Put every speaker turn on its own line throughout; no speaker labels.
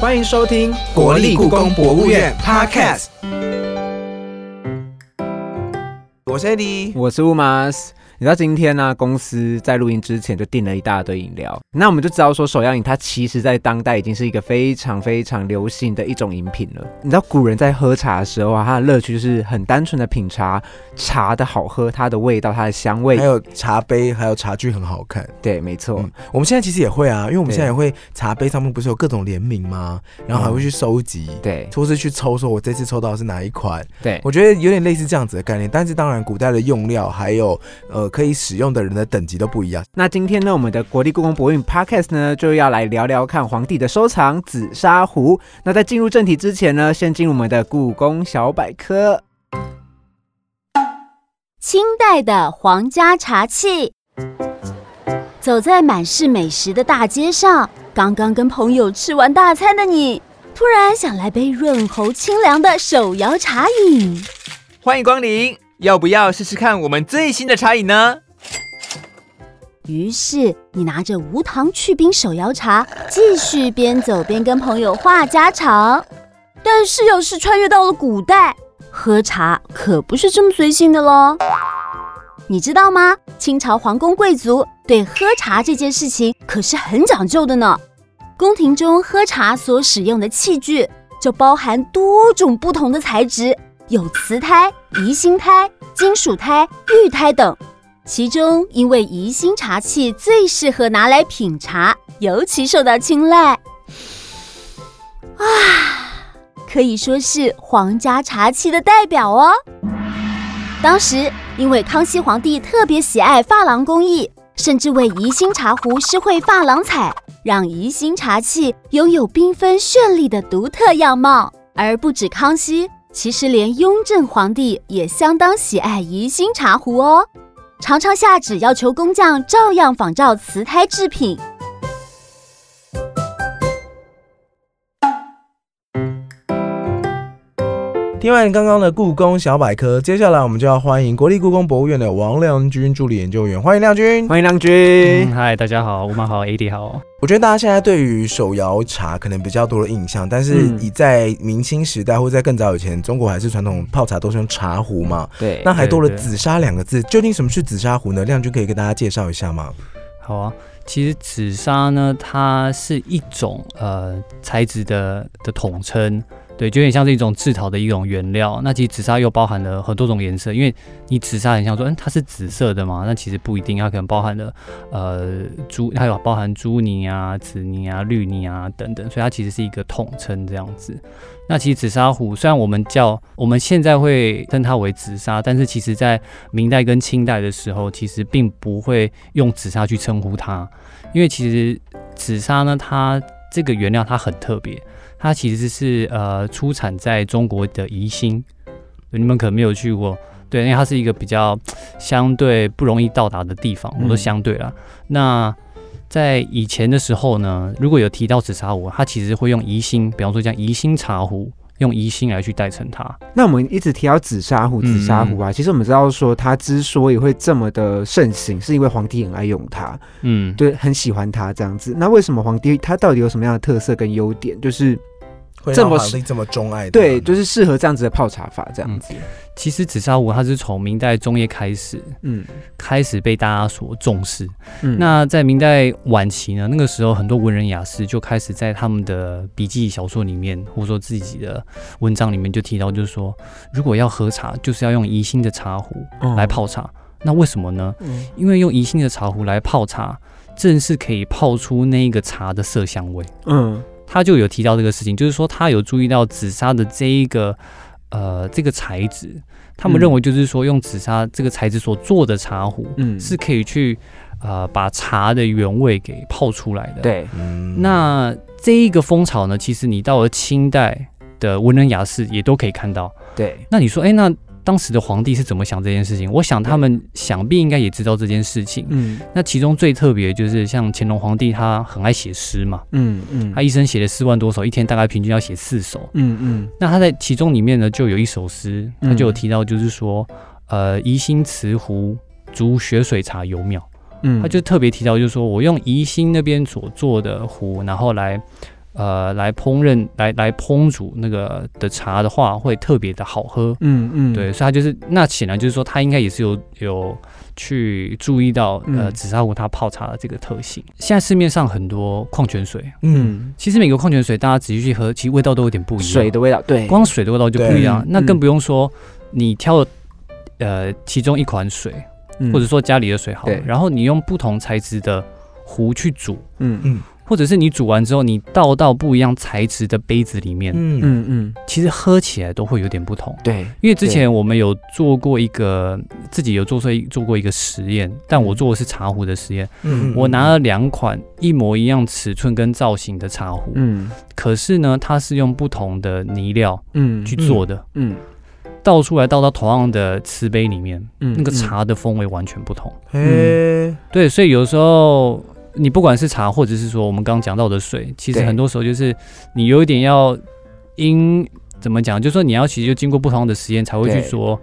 欢迎收听
国立故宫博物院 Podcast。我是 Eddie，
我是乌马斯。你知道今天呢、公司在录音之前就订了一大堆饮料，那我们就知道说手摇饮它其实在当代已经是一个非常非常流行的一种饮品了。你知道古人在喝茶的时候啊，它的乐趣就是很单纯的品茶，茶的好喝，它的味道，它的香味
还。有茶杯，还有茶具很好看。
对，没错。
嗯，我们现在其实也会啊，因为我们
对
现在也会茶杯上面不是有各种联名吗？然后还会去收集，
对
或是去抽，说我这次抽到的是哪一款。
对，
我觉得有点类似这样子的概念，但是当然，古代的用料还有呃可以使用的人的等级都不一样。
那今天呢，我们的国立故宫博物院 Podcast 呢，就要来聊聊看皇帝的收藏紫砂壶。那在进入正题之前呢，先进入我们的故宫小百科。
清代的皇家茶器。走在满是美食的大街上，刚刚跟朋友吃完大餐的你，突然想来杯润喉清凉的手摇茶饮。
欢迎光临，要不要试试看我们最新的茶饮呢？
于是你拿着无糖去冰手摇茶，继续边走边跟朋友话家常。但是要是穿越到了古代，喝茶可不是这么随性的喽。你知道吗？清朝皇宫贵族对喝茶这件事情可是很讲究的呢。宫廷中喝茶所使用的器具就包含多种不同的材质，有瓷胎、宜兴胎、金属胎、玉胎等。其中，因为宜兴茶器最适合拿来品茶，尤其受到青睐。啊，可以说是皇家茶器的代表哦。当时，因为康熙皇帝特别喜爱珐琅工艺，甚至为宜兴茶壶施绘珐琅彩，让宜兴茶器拥有缤纷绚丽的独特样貌。而不止康熙，其实连雍正皇帝也相当喜爱宜兴茶壶哦。常常下旨要求工匠照样仿照瓷胎制品。
听完刚刚的故宫小百科，接下来我们就要欢迎国立故宫博物院的王亮君助理研究员，欢迎亮君。
欢迎亮君。
嗯嗨，大家好，我们好，AD 好。
我觉得大家现在对于手摇茶可能比较多的印象，但是
嗯
你在明清时代或者在更早以前，中国还是传统泡茶都是用茶壶嘛，
对，
那还多了
对对
紫砂两个字，究竟什么是紫砂壶呢？亮君可以跟大家介绍一下吗？
好啊，其实紫砂呢，它是一种呃材质的的统称，对，就有点像是一种制陶的一种原料。那其实紫砂又包含了很多种颜色，因为你紫砂很像说，嗯，它是紫色的嘛，那其实不一定，它可能包含了呃朱，还有包含朱泥啊、紫泥啊、绿泥啊等等，所以它其实是一个统称这样子。那其实紫砂壶虽然我们叫我们现在会称它为紫砂，但是其实在明代跟清代的时候，其实并不会用紫砂去称呼它，因为其实紫砂呢，它这个原料它很特别，它其实是呃出产在中国的宜兴，对你们可能没有去过。对，因为它是一个比较相对不容易到达的地方，我说
嗯
相对啦。那在以前的时候呢，如果有提到紫砂壶，它其实会用宜兴，比方说像宜兴茶壶，用宜兴来去代称它。
那我们一直提到紫砂壶，紫砂壶啊，其实我们知道说它之所以会这么的盛行，是因为皇帝很爱用它，
嗯，
对，很喜欢它这样子。那为什么皇帝他到底有什么样的特色跟优点？就是
会
这
让
么
皇帝这么钟爱的
对，
吗
就是适合这样子的泡茶法这样子。
其实紫砂壶它是从明代中叶开始
嗯
开始被大家所重视。
嗯，
那在明代晚期呢，那个时候很多文人雅士就开始在他们的笔记小说里面，或者说自己的文章里面就提到，就是说如果要喝茶，就是要用宜兴的茶壶
哦
来泡茶。那为什么呢？
嗯
因为用宜兴的茶壶来泡茶，正是可以泡出那个茶的色香味。
嗯
他就有提到这个事情，就是说他有注意到紫砂的这一个呃这个材质，他们
嗯
认为就是说用紫砂这个材质所做的茶壶、
嗯
是可以去呃把茶的原味给泡出来的。，
对，
嗯
那这一个风潮呢，其实你到了清代的文人雅士也都可以看到。
对，
那你说，哎、那当时的皇帝是怎么想这件事情？我想他们想必应该也知道这件事情。
嗯
那其中最特别就是像乾隆皇帝，他很爱写诗嘛，
嗯嗯，
他一生写了四万多首，一天大概平均要写四首。
嗯嗯
那他在其中里面呢，就有一首诗，
嗯
他就有提到，就是说，呃，宜兴慈湖煮雪水茶尤妙。
嗯，
他就特别提到，就是说我用宜兴那边所做的壶，然后来呃来烹饪来来烹煮那个的茶的话，会特别的好喝。
嗯嗯，
对，，所以他就是那显然就是说，他应该也是有有去注意到呃
嗯
紫砂壶它泡茶的这个特性。现在市面上很多矿泉水，
嗯，
其实每个矿泉水大家仔细去喝，其实味道都有点不一样，
水的味道，对，
光水的味道就不一样
对。
那
嗯
更不用说你挑呃其中一款水，
嗯
或者说家里的水好了
对，
然后你用不同材质的壶去煮，
嗯
或者是你煮完之后你倒到不一样材质的杯子里面，
嗯嗯
嗯嗯，
其实喝起来都会有点不同。
对，
因为之前我们有做过一个自己有做做做过一个实验，但我做的是茶壶的实验。
嗯
我拿了两款一模一样尺寸跟造型的茶壶，
嗯
可是呢，它是用不同的泥料
嗯
去做的，
嗯
倒出来倒到同样的瓷杯里面，
嗯
那个，茶的风味完全不同。
嘿，
对，所以有时候你不管是茶，或者是说我们刚刚讲到的水，其实
对
很多时候就是你有一点要因怎么讲，就是说你要其实就经过不同的实验才会去
对
说，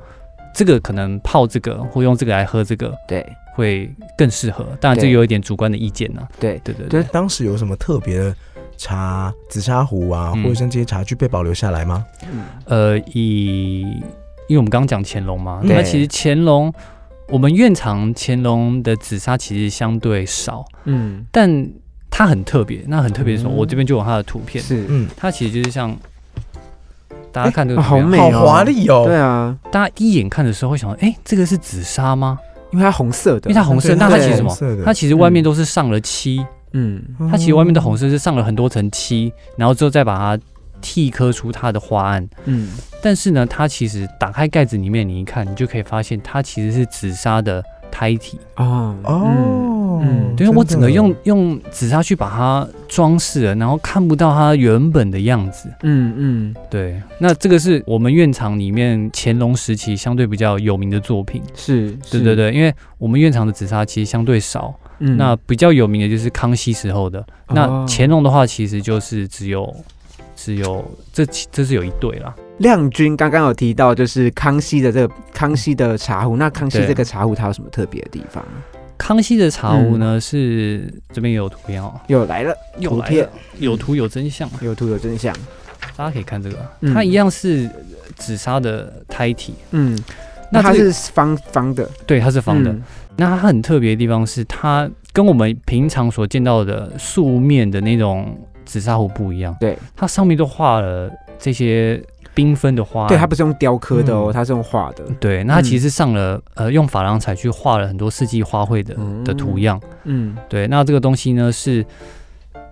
这个可能泡这个或用这个来喝这个
对
会更适合。当然这
对
有一点主观的意见呐、
对，
对对
对
对，
当时有什么特别的茶紫砂壶啊，
嗯
或者像这些茶具被保留下来吗？
呃，以因为我们刚刚讲乾隆嘛，
嗯
那
对
其实乾隆。我们院藏乾隆的紫砂其实相对少，
嗯
但它很特别。那很特别的时
嗯
候，我这边就有它的图片。
是，
嗯，
它其实就是像大 家看这个、
哎好美
好
哦
华丽哦。
对啊，
大家一眼看的时候会想到，哎、这个是紫砂吗？
因为它红色的，
因为它红色，
对
那它
是
其实什
红
么？
色的
它其实外面都是上了漆，
嗯
它其实外面的红色是上了很多层漆，然后之后再把它剔刻出它的花案。
嗯
但是呢，它其实打开盖子里面，你一看，你就可以发现它其实是紫砂的胎体。
哦嗯
哦，
嗯
对，啊我整个用
真的
用紫砂去把它装饰了，然后看不到它原本的样子。
嗯嗯，
对，那这个是我们院场里面乾隆时期相对比较有名的作品。
是，
对
是
对，对，因为我们院场的紫砂其实相对少，
嗯
那比较有名的就是康熙时候的。那
哦
乾隆的话，其实就是只有只有这其这是有一对啦。
亮君刚刚有提到，就是康熙的这个康熙的茶壶，那康熙这个茶壶它有什么特别的地方？
康熙的茶
嗯
壶呢、是这边也有图片哦，
又来了，
又
图
来嗯
片
了，有图有真相，
有图有真相，
大家可以看这个，
嗯
它一样是紫砂的胎体，
嗯，
那
那它
这个
是方方的，
对它是方的，
嗯
那它很特别的地方是，它跟我们平常所见到的素面的那种紫砂壶不一样。
对，
它上面都画了这些缤纷的花。
对，它不是用嗯雕刻的哦
嗯，
它是用画的，
对，那它其实上了、呃用珐琅彩去画了很多四季花卉的的图样。
嗯
对，那这个东西呢是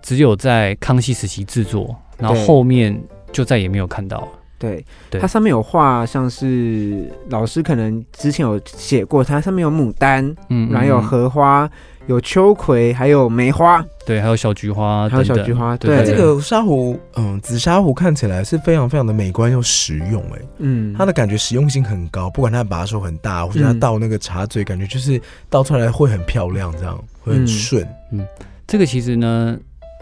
只有在康熙时期制作，然后
对
后面就再也没有看到了。
对，
对
它上面有画，像是老师可能之前有写过，它上面有牡丹，
嗯，
然后有
嗯
荷花，有秋葵，还有梅花，
对，还有小菊花
还有
等
小
等
菊花
对
对
那这个砂壶，嗯，紫砂壶看起来是非常非常的美观又实用，哎，
嗯，
它的感觉实用性很高，不管它的把手很大，或者它
嗯
倒那个茶嘴，感觉就是倒出来会很漂亮，这样会很
嗯
顺。
这个其实呢，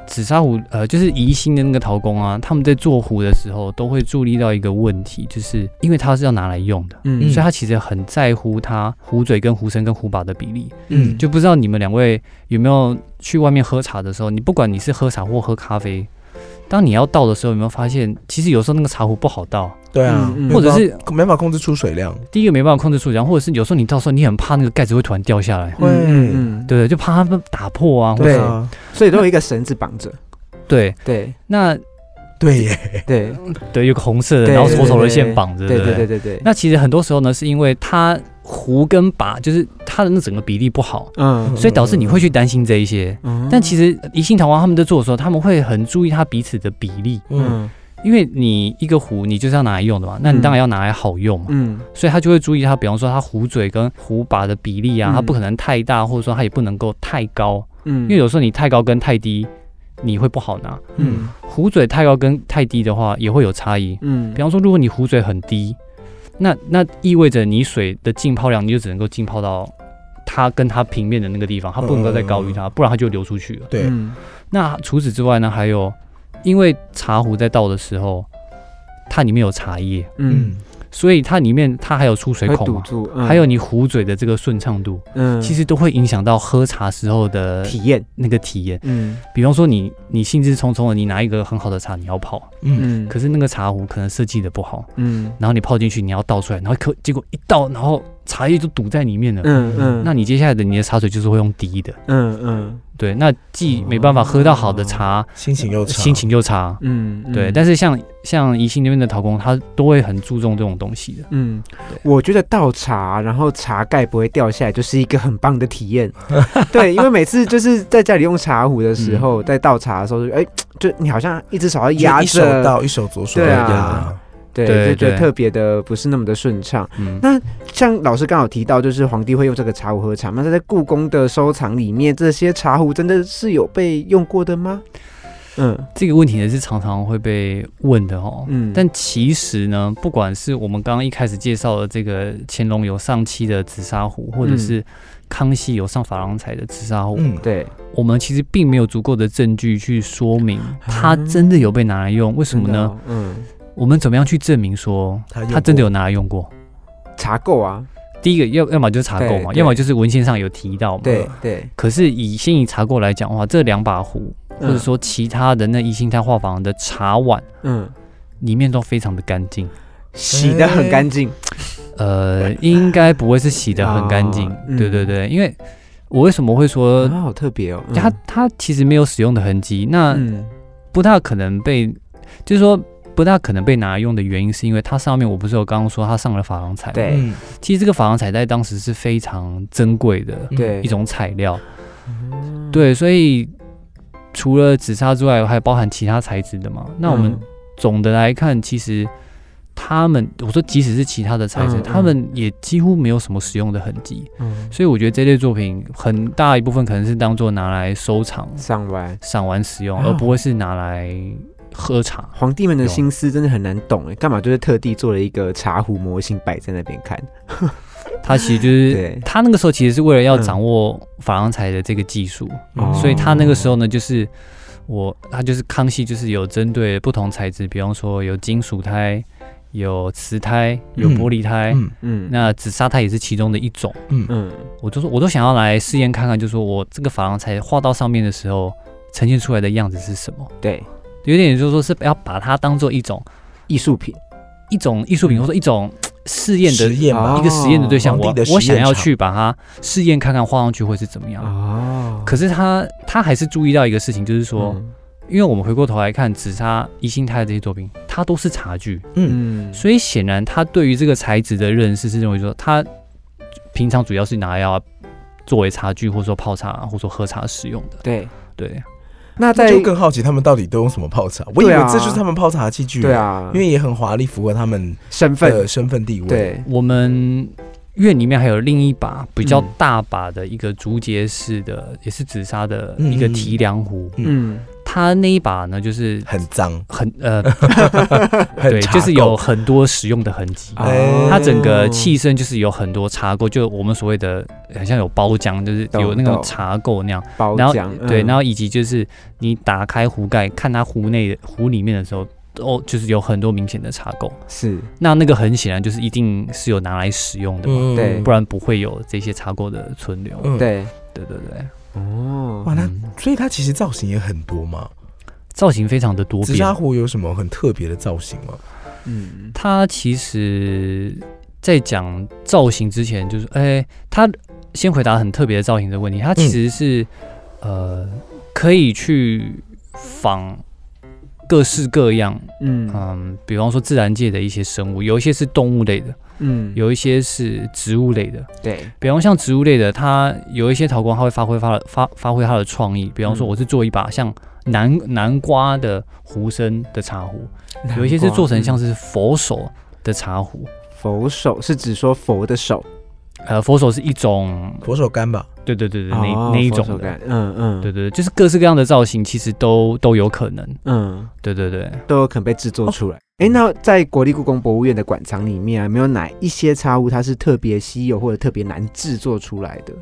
紫砂壶呃，就是宜兴的那个陶工啊，他们在做壶的时候都会注意到一个问题，就是因为它是要拿来用的，
嗯
所以他其实很在乎它壶嘴跟壶身跟壶把的比例。
嗯
就不知道你们两位有没有去外面喝茶的时候，你不管你是喝茶或喝咖啡。当你要倒的时候，有没有发现，其实有时候那个茶壶不好倒，
对啊，
嗯嗯
没
或者
办法
是
没法控制出水量，
第一个没办法控制数量，或者是有时候你倒的时候，你很怕那个盖子会突然掉下来，
嗯嗯嗯，
对，就怕它被打破啊，或
对
者
对啊，
所以都有一个绳子绑着，
对。
对
那
对耶，
对
对，有个红色的，
对
然后丑丑
对
的
对
线绑着，
对
不
对对对对，
那其实很多时候呢，是因为它壶跟把就是它的那整个比例不好，
嗯，
所以导致你会去担心这一些。但其实宜兴桃花他们在做的时候，他们会很注意它彼此的比例，
嗯，
因为你一个壶你就是要拿来用的嘛，那你
嗯
当然要拿来好用嘛，
嗯
所以他就会注意它，比方说它壶嘴跟壶把的比例
嗯
啊，它不可能太大，或者说它也不能够太高，
嗯，
因为有时候你太高跟太低，你会不好拿。
嗯
壶嘴太高跟太低的话也会有差异，
嗯
比方说，如果你壶嘴很低，那那意味着你水的浸泡量，你就只能够浸泡到它跟它平面的那个地方，它不能够再高于它，不然它就流出去了。
对，
嗯
那除此之外呢，还有因为茶壶在倒的时候，它里面有茶叶，
嗯，
所以它里面它还有出水
会
孔
堵
嘛，
住，嗯
还有你壶嘴的这个顺畅度，
嗯
其实都会影响到喝茶时候的
体验，
那个体验。
嗯
比方说你你兴致冲冲的，你拿一个很好的茶你要泡，
嗯，
嗯，
可是那个茶壶可能设计的不好，
嗯
然后你泡进去你要倒出来，然后可结果一倒，然后茶叶就堵在里面了。
嗯嗯，
那你接下来的你的茶水就是会用滴的，
嗯嗯
对，那既
哦
没办法喝到好的茶，
心情又差，
心情就差。
嗯，
对，
嗯
但是像像宜兴那边的陶工，他都会很注重这种东西的。
嗯，我觉得倒茶，然后茶盖不会掉下来，就是一个很棒的体验。对，因为每次就是在家里用茶壶的时候，在倒茶的时候，就哎、就你好像一只手要
就
压
一手
着，
到一手左手
对啊
压啊，
对，
对
就觉得
对
特别的不是那么的顺畅。
嗯，
像老师刚好提到，就是皇帝会用这个茶壶喝茶，那在故宫的收藏里面，这些茶壶真的是有被用过的吗？嗯
这个问题也是常常会被问的哦。
嗯，
但其实呢，不管是我们刚刚一开始介绍的这个乾隆有上漆的紫砂壶，或者
嗯
是康熙有上珐琅彩的紫砂壶，
嗯，
哦对，
我们其实并没有足够的证据去说明它真的有被拿来用。为什么
啊真的
呢？
哦？嗯，
我们怎么样去证明说
他用
它真的
过
有拿来用过？
茶垢啊，
第一个要要么就是查购
对
嘛，
对
要么就是文献上有提到嘛。
对对，
可是以现以茶购来讲的话，这两把壶，
嗯
或者说其他的那宜兴太画舫的茶碗，
嗯，嗯
里面都非常的干净。
洗的很干净。
呃，应该不会是洗得很干净
啊。嗯
对对对，因为我为什么会说
啊，好特别哦。
它它其实没有使用的痕迹？那
嗯
不大可能被，就是说。不大可能被拿来用的原因，是因为它上面我不是有刚刚说它上了珐琅彩吗？
对
嗯，
其实这个珐琅彩在当时是非常珍贵的
嗯
对嗯
一种材料。对，所以除了紫砂之外，还包含其他材质的嘛。那我们
嗯
总的来看，其实他们，我说即使是其他的材质，
嗯嗯
他们也几乎没有什么使用的痕迹。
嗯
所以我觉得这类作品很大一部分可能是当做拿来收藏、
上完，
赏玩使用，
哦
而不会是拿来喝茶。
皇帝们的心思真的很难懂哎，干嘛就是特地做了一个茶壶模型摆在那边看？
它其实就是。
对，
他那个时候其实是为了要
嗯
掌握珐琅彩的这个技术，
嗯
所以他那个时候呢，就是我他就是康熙，就是有针对不同材质，比方说有金属胎、有瓷胎、有玻璃胎，
嗯
嗯
那紫砂胎也是其中的一种。
嗯
嗯
我就说我都想要来试验看看，就是说我这个珐琅彩画到上面的时候，呈现出来的样子是什么？
对，
有点就是说是要把它当做一种
艺术品
一种艺术品，或者一种试验的
嗯实验吧
啊，
一个实验的对象，
哦皇帝的
我
实验
我想要
场
去把它试验看看画上去会是怎么样。
哦
可是他他还是注意到一个事情，就是说，
嗯
因为我们回过头来看紫砂、宜兴泰的这些作品，它都是茶具，
嗯，
嗯，
所以显然他对于这个材质的认识是认为说，它平常主要是拿来要作为茶具，或者说泡茶，或者说喝茶使用的。
对，
对，
那
那
在
就更好奇他们到底都用什么泡茶，我
对
以为
啊
这就是他们泡茶器具，
对，啊，
因为也很华丽，符合他们
身份
的身份地位，，
对，
我们院里面还有另一把比较
嗯
大把的一个竹节式的，也是紫砂的
嗯
一个
嗯嗯
提梁壶，
嗯
它那一把呢就是
很脏，
很 呃，
很
对，
茶
就是有
垢
很多使用的痕迹。
哦
哎
它整个器身就是有很多茶垢，就我们所谓的很像有包浆，就是
懂
有那种
懂
茶垢那样。
包
然后
浆，嗯
对，然
后
后以及就是你打开壶盖看它壶内的壶里面的时候，哦，就是有很多明显的茶垢。
是
那那个很显然就是一定是有拿来使用的嘛，
嗯
对
不然不会有这些茶垢的存留。
嗯，
对
对对对，
哦，
哇，那
嗯
所以它其实造型也很多嘛，
造型非常的多
紫
变。
砂壶有什么很特别的造型吗？
嗯
它其实，在讲造型之前，就是哎，它先回答很特别的造型的问题。它其实是、呃，可以去仿各式各样，
嗯
嗯，比方说自然界的一些生物，有一些是动物类的，
嗯，
有一些是植物类的。
对，
比方像植物类的，它有一些陶工，它会发挥发发发挥它的创意。比方说，
嗯
我是做一把像南南瓜的壶身的茶壶，有一些是做成像
是
是佛手的茶壶。
佛手，是指说佛的手
呃，佛手是一种，
佛手柑吧，
对对对对，那、
哦
那一
佛
种
手
的，
柑嗯嗯，
对对对，就是各式各样的造型，其实都都有可能，
嗯，
对对对。
都有可能被制作出来。哎、那在国立故宫博物院的馆藏里面啊，有没有哪一些茶壶它是特别稀有或者特别难制作出来的？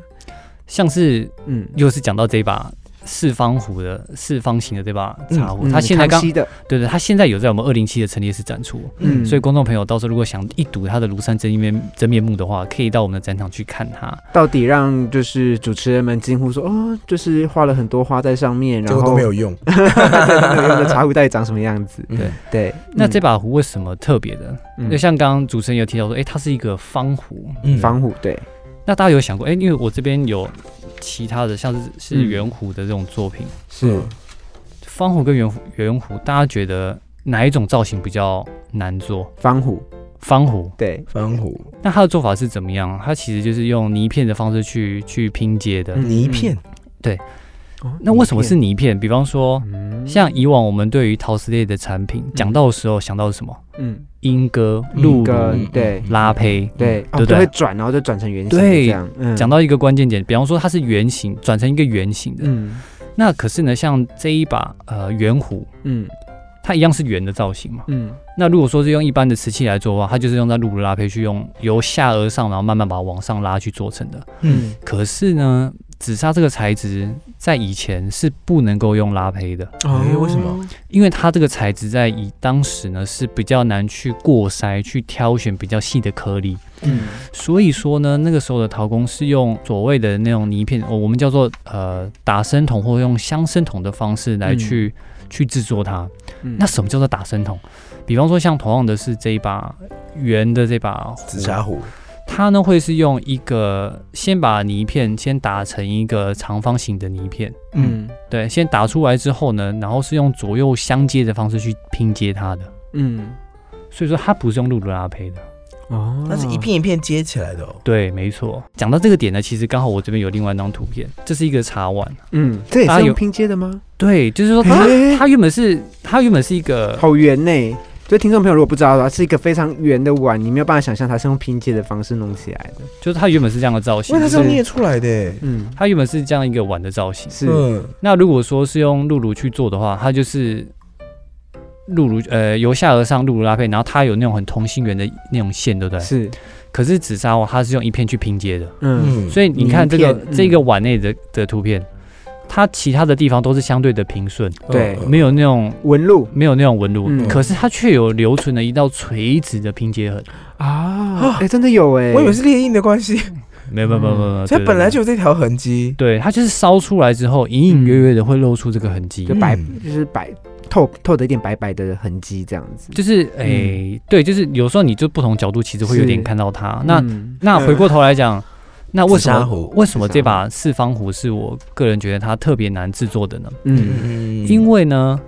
像是
嗯，
又是讲到这一把四方壶的四方形的对吧？茶壶，
嗯
它现在刚
康熙的，
对对，它现在有在我们二零七的陈列室展出，
嗯，
所以观众朋友到时候如果想一睹它的庐山真面真面目的话，可以到我们的展场去看它。
到底让就是主持人们惊呼说，哦，就是画了很多花在上面，
结
然
果
后
都没有用。嗯
对没有用的茶壶到底长什么样子？
对
对，
那这把壶为什么特别的？
嗯
就像刚刚主持人有提到说，哎，它是一个方壶。
嗯
防虎对，
那大家有想过，哎，因为我这边有其他的像是是
嗯
圆弧的这种作品，
是
方壶跟圆弧圆弧，大家觉得哪一种造型比较难做？
防虎
方壶，
对，
番湖
那它的做法是怎么样？它其实就是用泥片的方式去去拼接的。
嗯
泥片，
哦
那为什么是？泥片？比方说，
嗯
像以往我们对于陶瓷类的产品讲到的时候，想到是什么？
嗯，
莺歌、
嗯
鹿
歌
茸、
嗯对
拉胚。
对，
对
哦，
不对
都会转，然后就转成圆形的
对
这样，嗯，
讲到一个关键点，比方说它是圆形，转成一个圆形的。
嗯
那可是呢，像这一把呃圆弧，
嗯
它一样是圆的造型嘛。
嗯
那如果说是用一般的瓷器来做的话，它就是用在鹿茸拉胚去用由下而上，然后慢慢把它往上拉去做成的。
嗯，
可是呢，紫砂这个材质在以前是不能够用拉胚的，
哎为什么？
因为它这个材质在以当时呢是比较难去过筛、去挑选比较细的颗粒，
嗯
所以说呢，那个时候的陶工是用所谓的那种泥片，哦、我们叫做呃打生筒或用镶生筒的方式来
嗯
去、去制作它。
嗯
那什么叫做打生筒？比方说像同样的是这一把圆的这把壶
紫砂壶，
它呢会是用一个先把泥片先打成一个长方形的泥片，
嗯
对，先打出来之后呢，然后是用左右相接的方式去拼接它的，
嗯
所以说它不是用露露拉胚的。
哦，
它是一片一片接起来的哦。
对，没错。讲到这个点呢，其实刚好我这边有另外一张图片，这是一个茶碗。
嗯，这也
它
是
有
用拼接的吗？
对，就是说它、
诶
它原本是它原本是一个
好圆呢。所以听众朋友如果不知道的话，是一个非常圆的碗，你没有办法想象它是用拼接的方式弄起来的。
就是它原本是这样的造
因
型
为，它是
就
用
是
捏出来的耶，
嗯，
它原本是这样一个碗的造型。
是，
嗯，
那如果说是用露露去做的话，它就是露露呃由下而上露露拉胚，然后它有那种很同心圆的那种线，对不对？
是，
可是紫砂碗它是用一片去拼接的，
嗯
嗯，
所以你看这个
鳞片嗯
这个碗内的的图片，它其他的地方都是相对的平顺，
对
嗯
没有那种
纹路
没有那种纹路，
嗯
可是它却有留存了一道垂直的拼接痕。
啊，哎，真的有哎，
我以为是猎印的关系，
没有没有没有没有没
嗯
有，
所以
对
本来
对
就有这条痕迹，
对它就是烧出来之后，隐隐约约的会露出这个痕迹
就。白，
嗯
就是白透透的一点白白的痕迹这样子，
就是诶、对，就是有时候你就不同角度，其实会有点
嗯是
看到它。那、
嗯
那回过头来讲，那为什
紫砂
么
壶
为什么
紫砂
这把四方壶是我个人觉得它特别难制作的呢？
嗯
嗯
因为呢，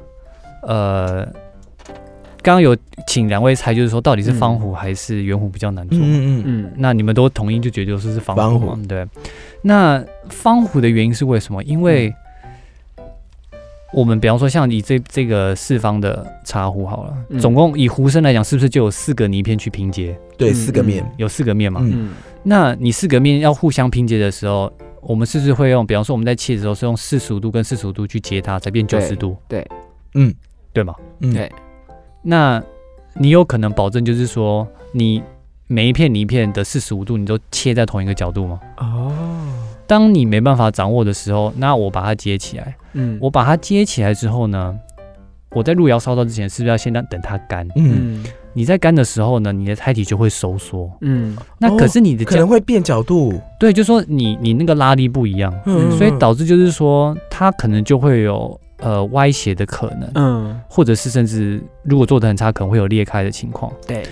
呃，刚刚有请两位猜，就是说到底是方壶还是圆壶比较难做？
嗯嗯
嗯
那你们都同意就觉得说是方
方
壶嘛，对。那方壶的原因是为什么？因
嗯
为我们比方说像以这这个四方的茶壶好了，
嗯
总共以壶身来讲，是不是就有四个泥片去拼接？
嗯，对，
嗯
四个面，
有四个面嘛？
嗯
嗯
那你四个面要互相拼接的时候，我们是不是会用？比方说我们在切的时候是用四十五度跟四十五度去接它，才变九
对
十度？
对，
嗯，
对吗？
嗯，
对
那你有可能保证就是说，你每一片泥片的四十五度你都切在同一个角度吗？
哦
当你没办法掌握的时候，那我把它接起来。
嗯
我把它接起来之后呢，我在路遥烧到之前，是不是要先让等它干？
嗯，
嗯
你在干的时候呢，你的胎体就会收缩。
嗯
那可是你
哦
的
可
角、
能会变角度，
对，就说你你那个拉力不一样，
嗯，
所以导致就是说它可能就会有呃歪斜的可能，
嗯
或者是甚至如果做的很差，可能会有裂开的情况。
对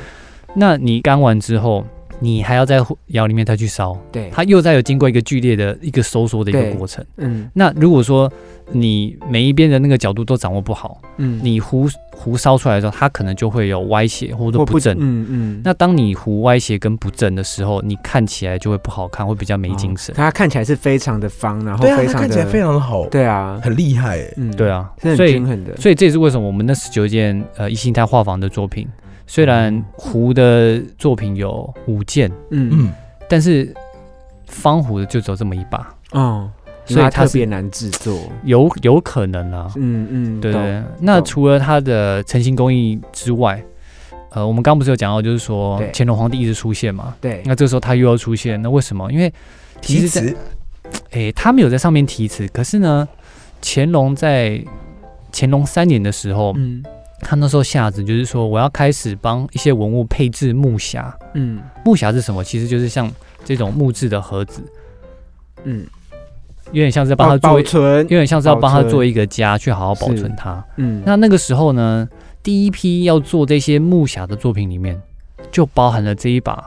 那你干完之后，你还要在窑里面再去烧，
对
它又再有经过一个剧烈的一个收缩的一个过程。
嗯
那如果说你每一边的那个角度都掌握不好，
嗯
你壶壶烧出来的时候，它可能就会有歪斜或者
或
不正。
嗯嗯
那当你壶歪斜跟不正的时候，你看起来就会不好看，会比较没精神。
它哦看起来是非常的方，然后
对啊，
非
它
常
看起来非
的
常的好，
对啊
很厉害耶，
嗯
对啊，
是很
所以
均衡的
所以这也是为什么我们那十九件呃一心态画舫的作品，虽然壶的作品有五件，
嗯
嗯，
但是方壶的就只有这么一把，
哦，
所以
那
它
特
是
别难制作
有有可能啊。
嗯嗯
对
懂
对，那
懂
除了它的成型工艺之外，呃，我们刚不是有讲到，就是说
对
乾隆皇帝一直出现嘛，
对
那这时候他又要出现，那为什么？因为其
题
实在，
词，
诶，他没有在上面题词，可是呢，乾隆在乾隆三年的时候，
嗯
他那时候下旨就是说，我要开始帮一些文物配置木匣。
嗯
木匣是什么？其实就是像这种木质的盒子，
嗯，
有点像是在帮他
保
做
哦保，存
有，点像是要帮
保
他
存
做一个家，去好好保
是
存它。
嗯，
那那个时候呢，第一批要做这些木匣的作品里面，就包含了这一把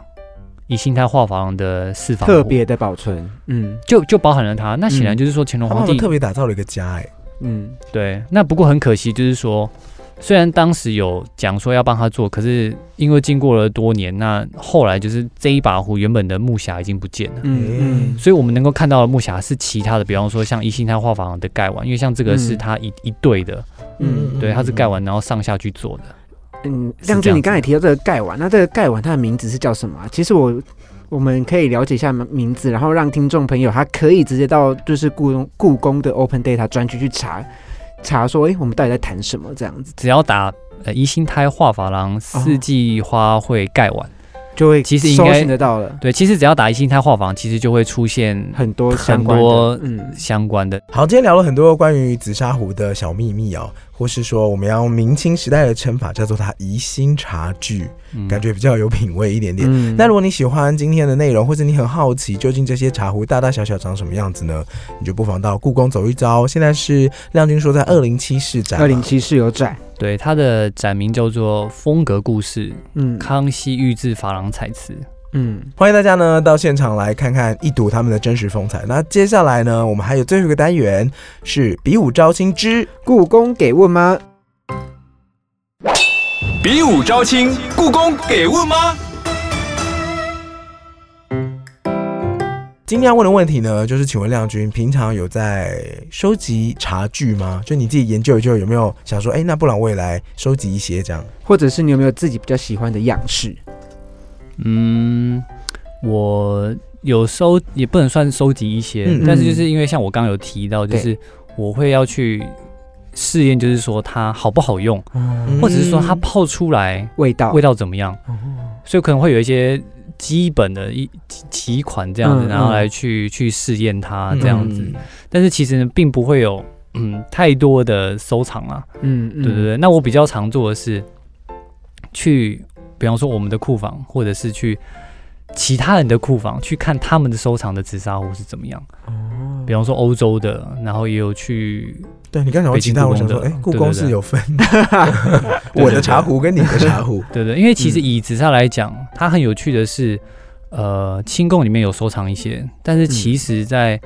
以信泰画舫的四方
特
壶，
别的保存，嗯
就就包含了它。那显然
嗯
就是说乾隆
他
皇
们
帝、
特别打造了一个家，哎，
嗯
对。那不过很可惜，就是说虽然当时有讲说要帮他做，可是因为经过了多年，那后来就是这一把壶原本的木匣已经不见了。
嗯嗯
所以我们能够看到的木匣是其他的，比方说像一信泰画舫的盖碗，因为像这个是
嗯
它一、一对的，
嗯
对，它是盖碗然后上下去做的。
嗯，
是
亮君，
这样
你
子
刚才
的
提到这个盖碗，那这个盖碗它的名字是叫什么啊、其实我我们可以了解一下名字，然后让听众朋友他可以直接到就是故宫故宫的 Open Data 专区去查查说，哎、我们到底在谈什么这样子，
只要打呃宜兴胎画珐琅四季花卉盖
哦
碗，
就会
其实应
搜
该
寻得到了
对，其实只要打宜兴胎画珐，其实就会出现
很多
很
相关的
多，
嗯
相关的。
好，今天聊了很多关于紫砂壶的小秘密哦，或是说我们要用明清时代的称法叫做它宜兴茶具，
嗯
感觉比较有品味一点点。
嗯
那如果你喜欢今天的内容，或是你很好奇究竟这些茶壶大大小小长什么样子呢？你就不妨到故宫走一遭。现在是亮君说在二零七市展嘛，
二零七是有展，
对它的展名叫做《风格故事：
嗯
康熙御制珐琅彩瓷》。
嗯
欢迎大家呢到现场来看看一睹他们的真实风采。那接下来呢，我们还有最后一个单元是比武招亲之
故宫给问吗？
比武招亲，故宫给问吗？
今天要问的问题呢，就是请问亮君，平常有在收集茶具吗？就你自己研究一究，有没有想说，哎、那不然我也来收集一些这样？
或者是你有没有自己比较喜欢的样式？
嗯，我有收也不能算收集一些，
嗯
但是就是因为像我刚刚有提到，就
对
是我会要去试验，就是说它好不好用，
嗯
或者是说它泡出来
味道，
味道怎么样。
啊哦
所以可能会有一些基本的一几几款这样子，
嗯
然后
嗯
来去去试验它这样子。
嗯
但是其实呢并不会有嗯太多的收藏啊，
嗯嗯，
对对对。那我比较常做的是去，比方说我们的库房，或者是去其他人的库房去看他们的收藏的紫砂壶是怎么样。
哦
比方说欧洲的，然后也有去
对你刚才我
北
提
京
到，我
故
想
宫的
说，哎、故
对
宫
对
是
对
有分 我的茶壶跟你的茶壶。
对对，因为其实
嗯
以紫砂来讲，它很有趣的是，呃，清宫里面有收藏一些，但是其实在，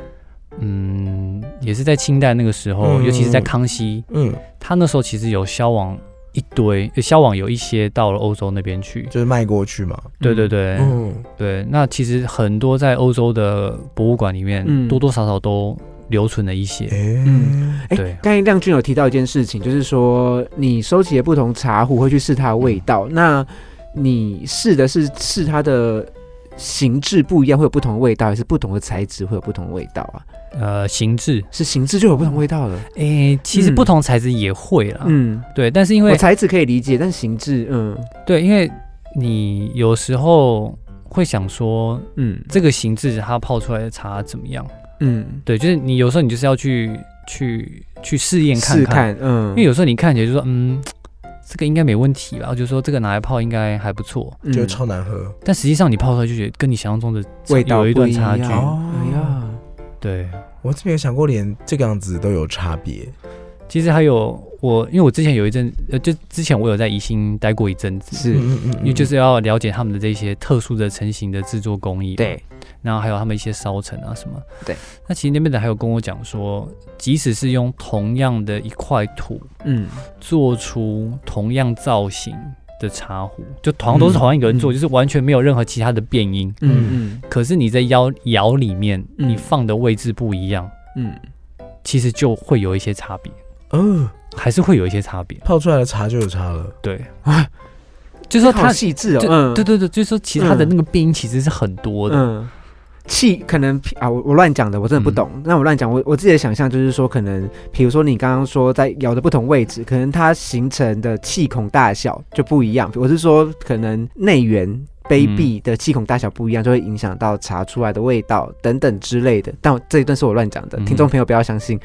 嗯，也是在清代那个时候，
嗯
尤其是在康熙，
嗯，
他那时候其实有销往一堆，呃销往有一些到了欧洲那边去。
就是卖过去嘛。
对对对、
嗯，
对，那其实很多在欧洲的博物馆里面，
嗯
多多少少都留存了一些。
哎、
嗯哎
对，
刚才亮君有提到一件事情，就是说你收集的不同茶壶会去试它的味道，
嗯
那你试的是试它的形制不一样，会有不同的味道，还是不同的材质会有不同的味道啊？
呃，形制，
是形制就有不同味道了。
诶、其实
嗯
不同材质也会啦。
嗯，
对，但是因为
我材质可以理解，但形制，嗯
对，因为你有时候会想说，
嗯
这个形制它泡出来的茶怎么样？
嗯，
对，就是你有时候你就是要去去去试验看
试
看，
看，嗯
因为，有时候你看起来就说，嗯，这个应该没问题吧？就说这个拿来泡应该还不错，
嗯
就超难喝。
但实际上你泡出来就觉得跟你想象中的差
味道
有一段
不
差距
样。
哦
哎呀，
对，
我是没有想过，连这个样子都有差别。
其实还有我，因为我之前有一阵，呃，就之前我有在宜兴待过一阵子。
是，
嗯嗯
因为就是要了解他们的这些特殊的成型的制作工艺，
对，
然后还有他们一些烧成啊什么。
对，
那其实那边的还有跟我讲说，即使是用同样的一块土
嗯
做出同样造型的茶壶，就同样都是同样一个人
嗯嗯
做，就是完全没有任何其他的变音。
嗯嗯
可是你在窑窑里面，
嗯
你放的位置不一样，
嗯，
其实就会有一些差别，
嗯、哦，
还是会有一些差别。
泡出来的茶就有差了。
对
啊，
就是说
好
它，
细致哦
就，
嗯，
对对对，就是说其他的
嗯
那个变音其实是很多的。
嗯，气可能啊，我我乱讲的，我真的不懂。那我乱讲，我我自己的想象就是说，可能比如说你刚刚说在咬的不同位置，可能它形成的气孔大小就不一样。我是说，可能内缘杯壁的气孔大小不一样，就会影响到茶出来的味道等等之类的。但我这一段是我乱讲的，
嗯
听众朋友不要相信，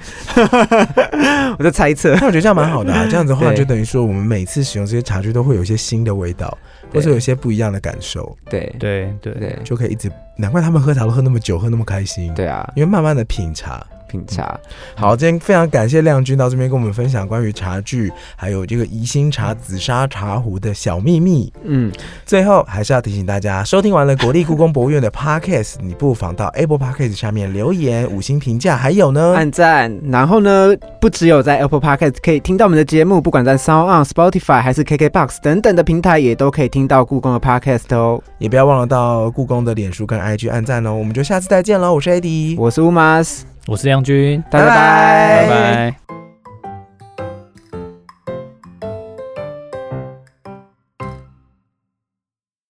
我在猜测。
那我觉得这样蛮好的、啊，这样子的话
对
就等于说我们每次使用这些茶具都会有一些新的味道，或者有一些不一样的感受，
对对
对对
对
就可以一直。难怪他们喝茶都喝那么久，喝那么开心。
对啊，
因为慢慢的品茶。
品茶，
好，今天非常感谢亮君到这边跟我们分享关于茶具，还有这个宜兴茶、紫砂茶壶的小秘密。
嗯，
最后还是要提醒大家，收听完了国立故宫博物院的 Podcast，你不妨到 Apple Podcast 下面留言、五星评价，还有呢，
按赞。然后呢，不只有在 Apple Podcast 可以听到我们的节目，不管在 Sound On、Spotify 还是 KKBox 等等的平台，也都可以听到故宫的 Podcast 哦。
也不要忘了到故宫的脸书跟 IG 按赞哦。我们就下次再见喽，我是 AD，
我是 Umas，
我是亮君，
大家拜
拜
拜拜。